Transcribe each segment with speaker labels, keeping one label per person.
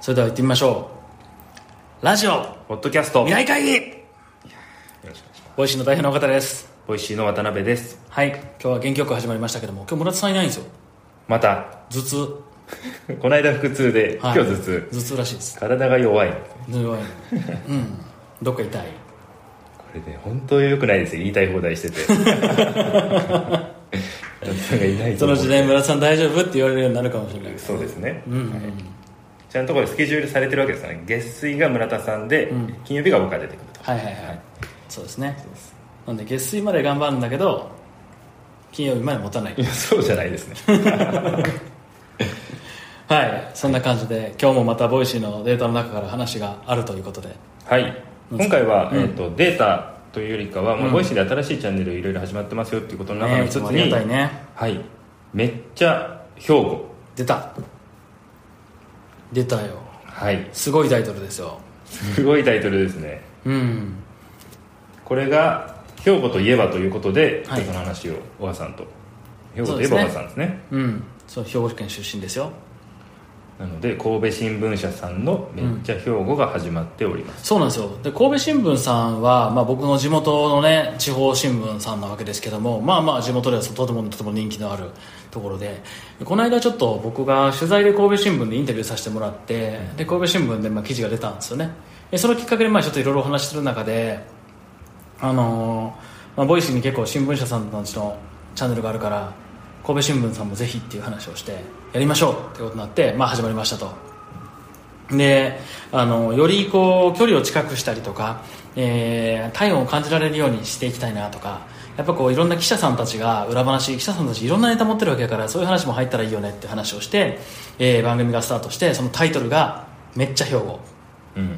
Speaker 1: それでは行ってみましょうラジオ
Speaker 2: ポッドキャスト
Speaker 1: 未来会議
Speaker 2: よろしくお願いします
Speaker 1: ボイシーの代表の方です
Speaker 2: ボイシーの渡辺です
Speaker 1: はい今日は元気よく始まりましたけども今日村田さんいないんですよ
Speaker 2: また
Speaker 1: 頭痛、
Speaker 2: この間腹痛で、
Speaker 1: はい
Speaker 2: 今日頭痛
Speaker 1: 頭痛らしいです
Speaker 2: 体が弱い
Speaker 1: 弱い うんどっか痛い
Speaker 2: これね本当に良くないですよ言いたい放題してて 渡辺さんがいないと
Speaker 1: そ
Speaker 2: 思
Speaker 1: の
Speaker 2: う
Speaker 1: 時代村田さん大丈夫って言われるようになるかもしれない
Speaker 2: そうですね、はいちゃんとこれスケジュールされてるわけですよね月水が村田さんで、金曜日が僕が出てくると
Speaker 1: はいはいはい、そうですねなんで月水まで頑張るんだけど金曜日まで持たない
Speaker 2: いやそうじゃないですね
Speaker 1: はいそんな感じで今日もまたボイシーのデータの中から話があるということで
Speaker 2: はい今回は、えー、とデータというよりかは、もうボイシーで新しいチャンネルいろいろ始まってますよっていうことの中の
Speaker 1: ねい
Speaker 2: 一つ
Speaker 1: つもあ
Speaker 2: に、
Speaker 1: りがたいね
Speaker 2: はいめっちゃ兵庫
Speaker 1: 出た出たよ
Speaker 2: はい
Speaker 1: すごいタイトルですよ
Speaker 2: すごいタイトルですね
Speaker 1: うん
Speaker 2: これが兵庫といえばということで、
Speaker 1: はい
Speaker 2: ちょっとその話を小川さんと兵庫といえば小川さんですね
Speaker 1: うんそう兵庫県出身ですよ
Speaker 2: なので神戸新聞社さんの「めっちゃ兵庫」が始まっております、
Speaker 1: そうなんですよで神戸新聞さんは、まあ、僕の地元のね地方新聞さんなわけですけどもまあまあ地元ではとてもとても人気のあるところででこの間ちょっと僕が取材で神戸新聞でインタビューさせてもらってで神戸新聞でまあ記事が出たんですよねでそのきっかけでまあちょっといろいろお話しする中であのーまあ、ボイシーに結構新聞社さんたちのチャンネルがあるから神戸新聞さんもぜひっていう話をしてやりましょうってことになって、まあ、始まりましたとであのよりこう距離を近くしたりとか、えー体温を感じられるようにしていきたいなとかやっぱこういろんな記者さんたちが裏話記者さんたちいろんなネタ持ってるわけだからそういう話も入ったらいいよねって話をして、えー番組がスタートしてそのタイトルが「めっちゃ兵庫」
Speaker 2: うん
Speaker 1: や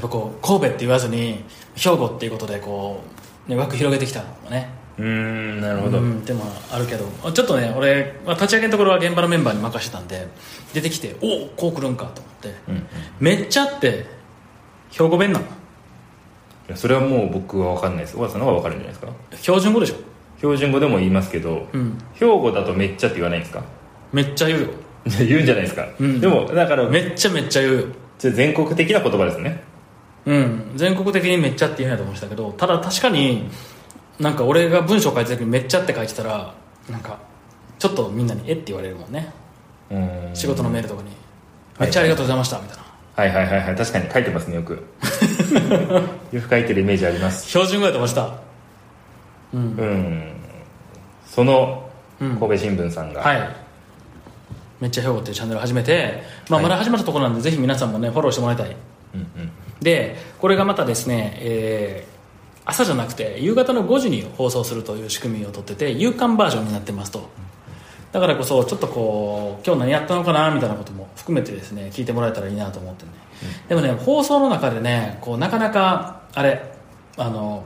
Speaker 1: っぱこう神戸って言わずに兵庫っていうことでこう、ね、枠広げてきたのもね
Speaker 2: うーんなるほ
Speaker 1: う
Speaker 2: ど、
Speaker 1: んでもあるけどちょっとね俺、まあ、立ち上げのところは現場のメンバーに任せてたんで出てきておおこう来るんかと思って、
Speaker 2: うんうんい
Speaker 1: めっちゃって兵庫弁なの
Speaker 2: やそれはもう僕は分かんないです小川さんの方が分かるんじゃないですか
Speaker 1: 標準語でしょ
Speaker 2: 標準語でも言いますけど、
Speaker 1: うん
Speaker 2: 兵庫だと「めっちゃ」って言わないんですか
Speaker 1: めっちゃ言うよ
Speaker 2: 言うんじゃないですか、
Speaker 1: うん
Speaker 2: でもだから
Speaker 1: めっちゃめっちゃ言うよ
Speaker 2: じゃあ全国的な言葉ですね
Speaker 1: うん全国的にめっちゃって言うんやと思ってたけどただ確かになんか俺が文章書いてた時にめっちゃって書いてたらなんかちょっとみんなにえって言われるもんね
Speaker 2: うーん
Speaker 1: 仕事のメールとかに「めっちゃありがとうございました」みたいな
Speaker 2: はいはいはいはい確かに書いてます ねよくよく書いてるイメージあります
Speaker 1: 標準語やと思ってた
Speaker 2: うん、その
Speaker 1: うん
Speaker 2: 神戸新聞さんが、
Speaker 1: はいめっちゃ兵庫っていうチャンネルを始めて、まあ、
Speaker 2: はい
Speaker 1: まだ始まったところなんで、ぜひ皆さんもねフォローしてもらいたい
Speaker 2: うんうん、
Speaker 1: でこれがまたですね、えー朝じゃなくて夕方の5時に放送するという仕組みを取ってて夕刊バージョンになってますとだからこそちょっとこう今日何やったのかなみたいなことも含めてですね聞いてもらえたらいいなと思ってね、でもね放送の中でねこうなかなかあれあの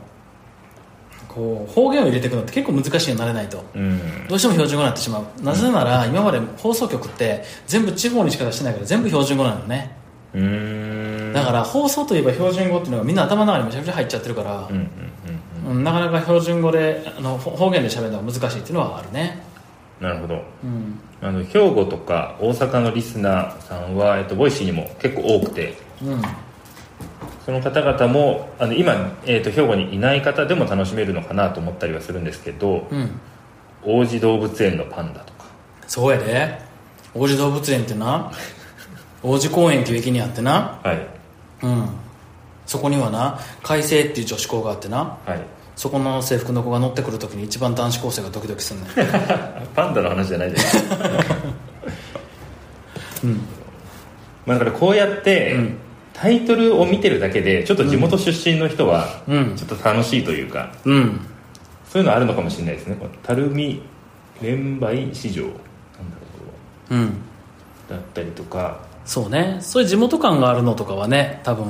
Speaker 1: こう方言を入れていくのって結構難しいようになれないと
Speaker 2: うん、
Speaker 1: どうしても標準語になってしまうなぜなら今まで放送局って全部地方にしか出してないから全部標準語なのね
Speaker 2: うーん
Speaker 1: だから放送といえば標準語っていうのがみんな頭の中にめちゃくちゃ入っちゃってるから
Speaker 2: うん、うんうん
Speaker 1: うんなかなか標準語であのほ方言で喋るのは難しいっていうのはあるね
Speaker 2: なるほど
Speaker 1: うん
Speaker 2: あの兵庫とか大阪のリスナーさんは、えっと、ボイシーにも結構多くて
Speaker 1: うん
Speaker 2: その方々もあの今、えっと、兵庫にいない方でも楽しめるのかなと思ったりはするんですけど
Speaker 1: うん
Speaker 2: 王子動物園のパンダとか
Speaker 1: そうやで王子動物園ってな王子公園っていう駅にあってな
Speaker 2: はい
Speaker 1: うんそこにはな海星っていう女子校があってな
Speaker 2: はい
Speaker 1: そこの制服の子が乗ってくるときに一番男子高生がドキドキするねん
Speaker 2: パンダの話じゃないですまあだからこうやって、
Speaker 1: うん
Speaker 2: タイトルを見てるだけでちょっと地元出身の人は、
Speaker 1: うん
Speaker 2: ちょっと楽しいというか
Speaker 1: うん
Speaker 2: そういうのあるのかもしれないですねこの垂水連売市場なんだろうこ
Speaker 1: うん
Speaker 2: れはだったりとか
Speaker 1: そうねそういう地元感があるのとかはね多分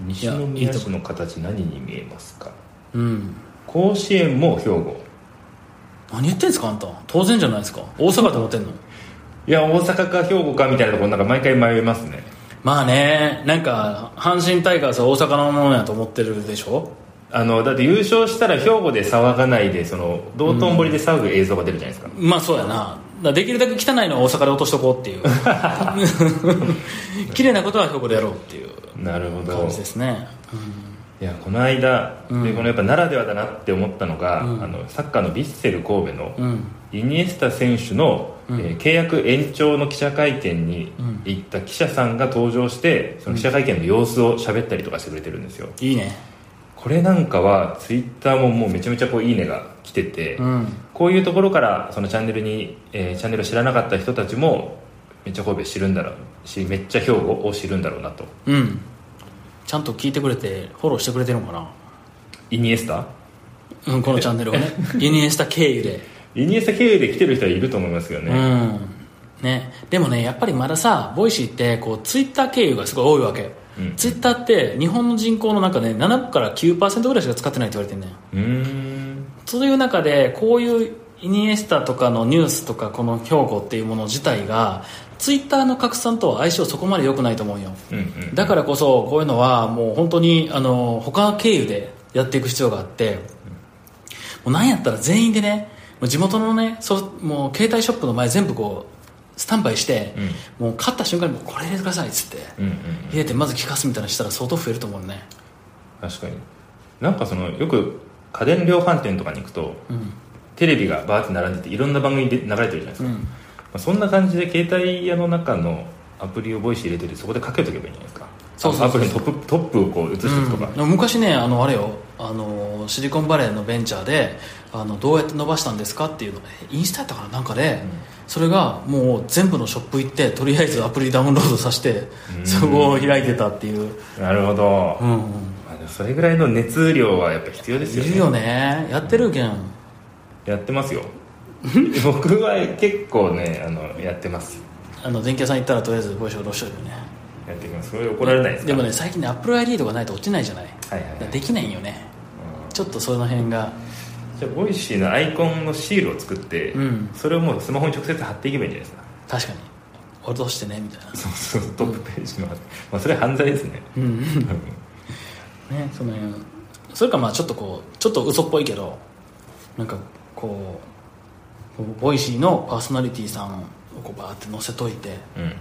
Speaker 2: 西宮市の形何に見えますか
Speaker 1: うん
Speaker 2: 甲子園も兵庫
Speaker 1: 何言ってんすかあんた当然じゃないですか大阪と思ってんの
Speaker 2: いや大阪か兵庫かみたいなところなんか毎回迷いますね
Speaker 1: まあねなんか阪神タイガースは大阪のものやと思ってるでしょ
Speaker 2: あのだって優勝したら兵庫で騒がないでその道頓堀で騒ぐ映像が出るじゃないですか、
Speaker 1: まあそうやなだからできるだけ汚いのは大阪で落としとこうって いう綺麗なことは兵庫でやろうっていう
Speaker 2: なるほど
Speaker 1: 感じですね、
Speaker 2: いやこの間、でこのやっぱならではだなって思ったのが、あのサッカーのヴィッセル神戸の、
Speaker 1: うんうん
Speaker 2: イニエスタ選手の、えー契約延長の記者会見に行った記者さんが登場してその記者会見の様子を喋ったりとかしてくれてるんですよ、
Speaker 1: いいね
Speaker 2: これなんかはツイッターももうめちゃめちゃこういいねが来てて、
Speaker 1: うん
Speaker 2: こういうところからそのチャンネルに、えーチャンネルを知らなかった人たちもめっちゃ神戸知るんだろうしめっちゃ兵庫を知るんだろうなと
Speaker 1: うんちゃんと聞いてくれてフォローしてくれてるのかな、
Speaker 2: イニエスタ
Speaker 1: うん、このチャンネルを ねユニエスタ経由で
Speaker 2: イニエスタ経由で来てる人はいると思いますよね、
Speaker 1: うんね、でもねやっぱりまださボイシーってこうツイッター経由がすごい多いわけ、
Speaker 2: うん
Speaker 1: ツイッターって日本の人口の中で7から9%ぐらいしか使ってないって言われてんねん
Speaker 2: うーん
Speaker 1: そういう中でこういうイニエスタとかのニュースとかこの兵庫っていうもの自体がツイッターの拡散とは相性そこまで良くないと思うよ
Speaker 2: うんうん
Speaker 1: だからこそこういうのはもう本当にあの他経由でやっていく必要があってもうなんやったら全員でねもう地元のねそうもう携帯ショップの前全部こうスタンバイして、もう買った瞬間にもうこれ入れてくださいっつって
Speaker 2: うんうん
Speaker 1: 入れてまず聞かすみたいなのしたら相当増えると思うね
Speaker 2: 確かになんかそのよく家電量販店とかに行くと、
Speaker 1: ん
Speaker 2: テレビがバーって並んでていろんな番組で流れてるじゃないですか、
Speaker 1: うん
Speaker 2: まあ、そんな感じで携帯屋の中のアプリをボイシー入れててそこでかけとけばいいんじゃないですか
Speaker 1: そうそうそう
Speaker 2: アプリのトップトップをこう映していくとか、
Speaker 1: うん昔ねあのあれよあのシリコンバレーのベンチャーであのどうやって伸ばしたんですかっていうのえインスタやったかななんかで、それがもう全部のショップ行ってとりあえずアプリダウンロードさせてそこを開いてたっていう、
Speaker 2: なるほど、
Speaker 1: うんうん
Speaker 2: まあでもそれぐらいの熱量はやっぱ必要で
Speaker 1: い
Speaker 2: すよね
Speaker 1: るよねやってるけん
Speaker 2: やってますよ 僕は結構ねあのやってます
Speaker 1: あの電気屋さん行ったらとりあえずご一緒にしといてね
Speaker 2: やってきますそれ怒られないですか
Speaker 1: でもね最近ね AppleID とかないと落ちないじゃない、
Speaker 2: はいはいはい
Speaker 1: だからできないんよねちょっとその辺が
Speaker 2: じゃあボイシーのアイコンのシールを作って、
Speaker 1: うん
Speaker 2: それをもうスマホに直接貼っていけばいいんじゃないで
Speaker 1: 確
Speaker 2: すか
Speaker 1: かに落としてねみたいな
Speaker 2: そうそうトップページの、まあ、それ犯罪ですね
Speaker 1: うんねその辺それかまあちょっとこうちょっと嘘っぽいけどなんかこうこうボイシーのパーソナリティさんをこうバーって載せといて
Speaker 2: うんうん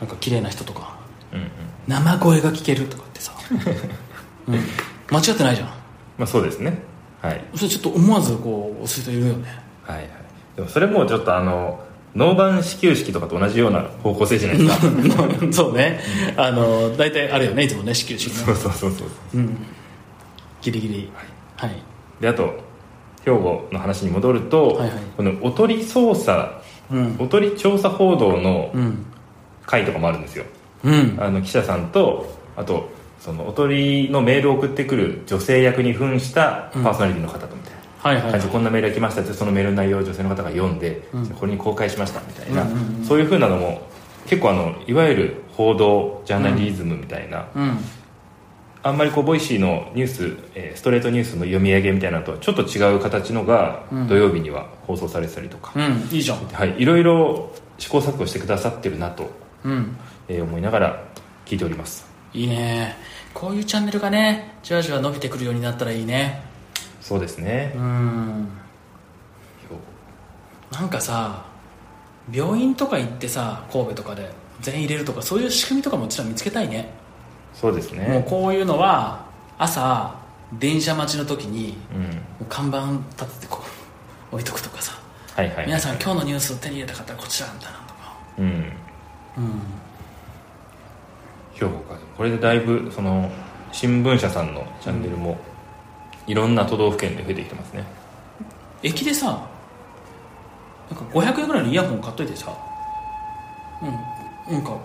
Speaker 1: なんか綺麗な人とか
Speaker 2: うん
Speaker 1: 生声が聞けるとかって さ、うん、間違ってないじゃん
Speaker 2: まあそうですねはい
Speaker 1: それちょっと思わずこう押す人いるよね
Speaker 2: はいはいでもそれもちょっとあの脳盤始球式とかと同じような方向性じゃないで すか
Speaker 1: そうねあの大体あるよねいつもね始球式
Speaker 2: そ
Speaker 1: ね
Speaker 2: うそうそうそう
Speaker 1: うんギリギリはい、
Speaker 2: であと兵庫の話に戻ると、
Speaker 1: はいはい
Speaker 2: このおとり捜査
Speaker 1: うん
Speaker 2: おとり調査報道の
Speaker 1: うん
Speaker 2: 会とかもあるんですよ
Speaker 1: うん
Speaker 2: あの記者さんとあとそのおとりのメールを送ってくる女性役に扮したパーソナリティの方とみたいな、
Speaker 1: はいはい、は
Speaker 2: 感
Speaker 1: い
Speaker 2: じでこんなメールが来ましたってそのメールの内容を女性の方が読んで、
Speaker 1: うん
Speaker 2: これに公開しましたみたいな、
Speaker 1: うんうんうん
Speaker 2: そういうふうなのも結構あのいわゆる報道ジャーナリズムみたいな、
Speaker 1: うん
Speaker 2: あんまりこうボイシーのニュース、えーストレートニュースの読み上げみたいなのとはちょっと違う形のが
Speaker 1: うん
Speaker 2: 土曜日には放送されてたりとか、
Speaker 1: うんいいじゃん
Speaker 2: はい、いろいろ試行錯誤してくださってるなと、
Speaker 1: うん
Speaker 2: えー思いながら聞いております
Speaker 1: いいねこういうチャンネルがねじわじわ伸びてくるようになったらいいね
Speaker 2: そうですね
Speaker 1: う、んなんかさ病院とか行ってさ神戸とかで全員入れるとかそういう仕組みとかもちろん見つけたいね
Speaker 2: そうです
Speaker 1: もう
Speaker 2: ね
Speaker 1: こういうのは朝電車待ちの時に
Speaker 2: うん
Speaker 1: もう看板立ててこう置いとくとかさ、
Speaker 2: はいはい
Speaker 1: 皆さん今日のニュースを手に入れた方はこちらみたいなのとか
Speaker 2: うん
Speaker 1: うん
Speaker 2: 兵庫かこれでだいぶその新聞社さんのチャンネルもいろんな都道府県で増えてきてますね
Speaker 1: 駅でさなんか500円ぐらいのイヤホン買っといてさうんなんか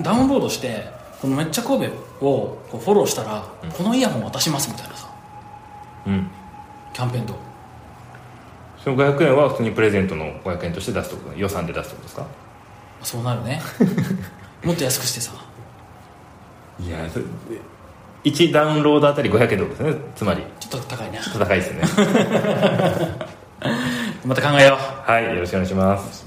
Speaker 1: ダウンロードしてこのめっちゃ神戸をこうフォローしたら、このイヤホン渡しますみたいなさ
Speaker 2: うん
Speaker 1: キャンペーンと
Speaker 2: その500円は普通にプレゼントの500円として出すとこと予算で出すとことですか
Speaker 1: そうなるねもっと安くしてさ
Speaker 2: いやそ1ダウンロードあたり500円ってことですねつまり
Speaker 1: ちょっと高いね
Speaker 2: 戦いですね
Speaker 1: また考えよう
Speaker 2: はいよろしくお願いします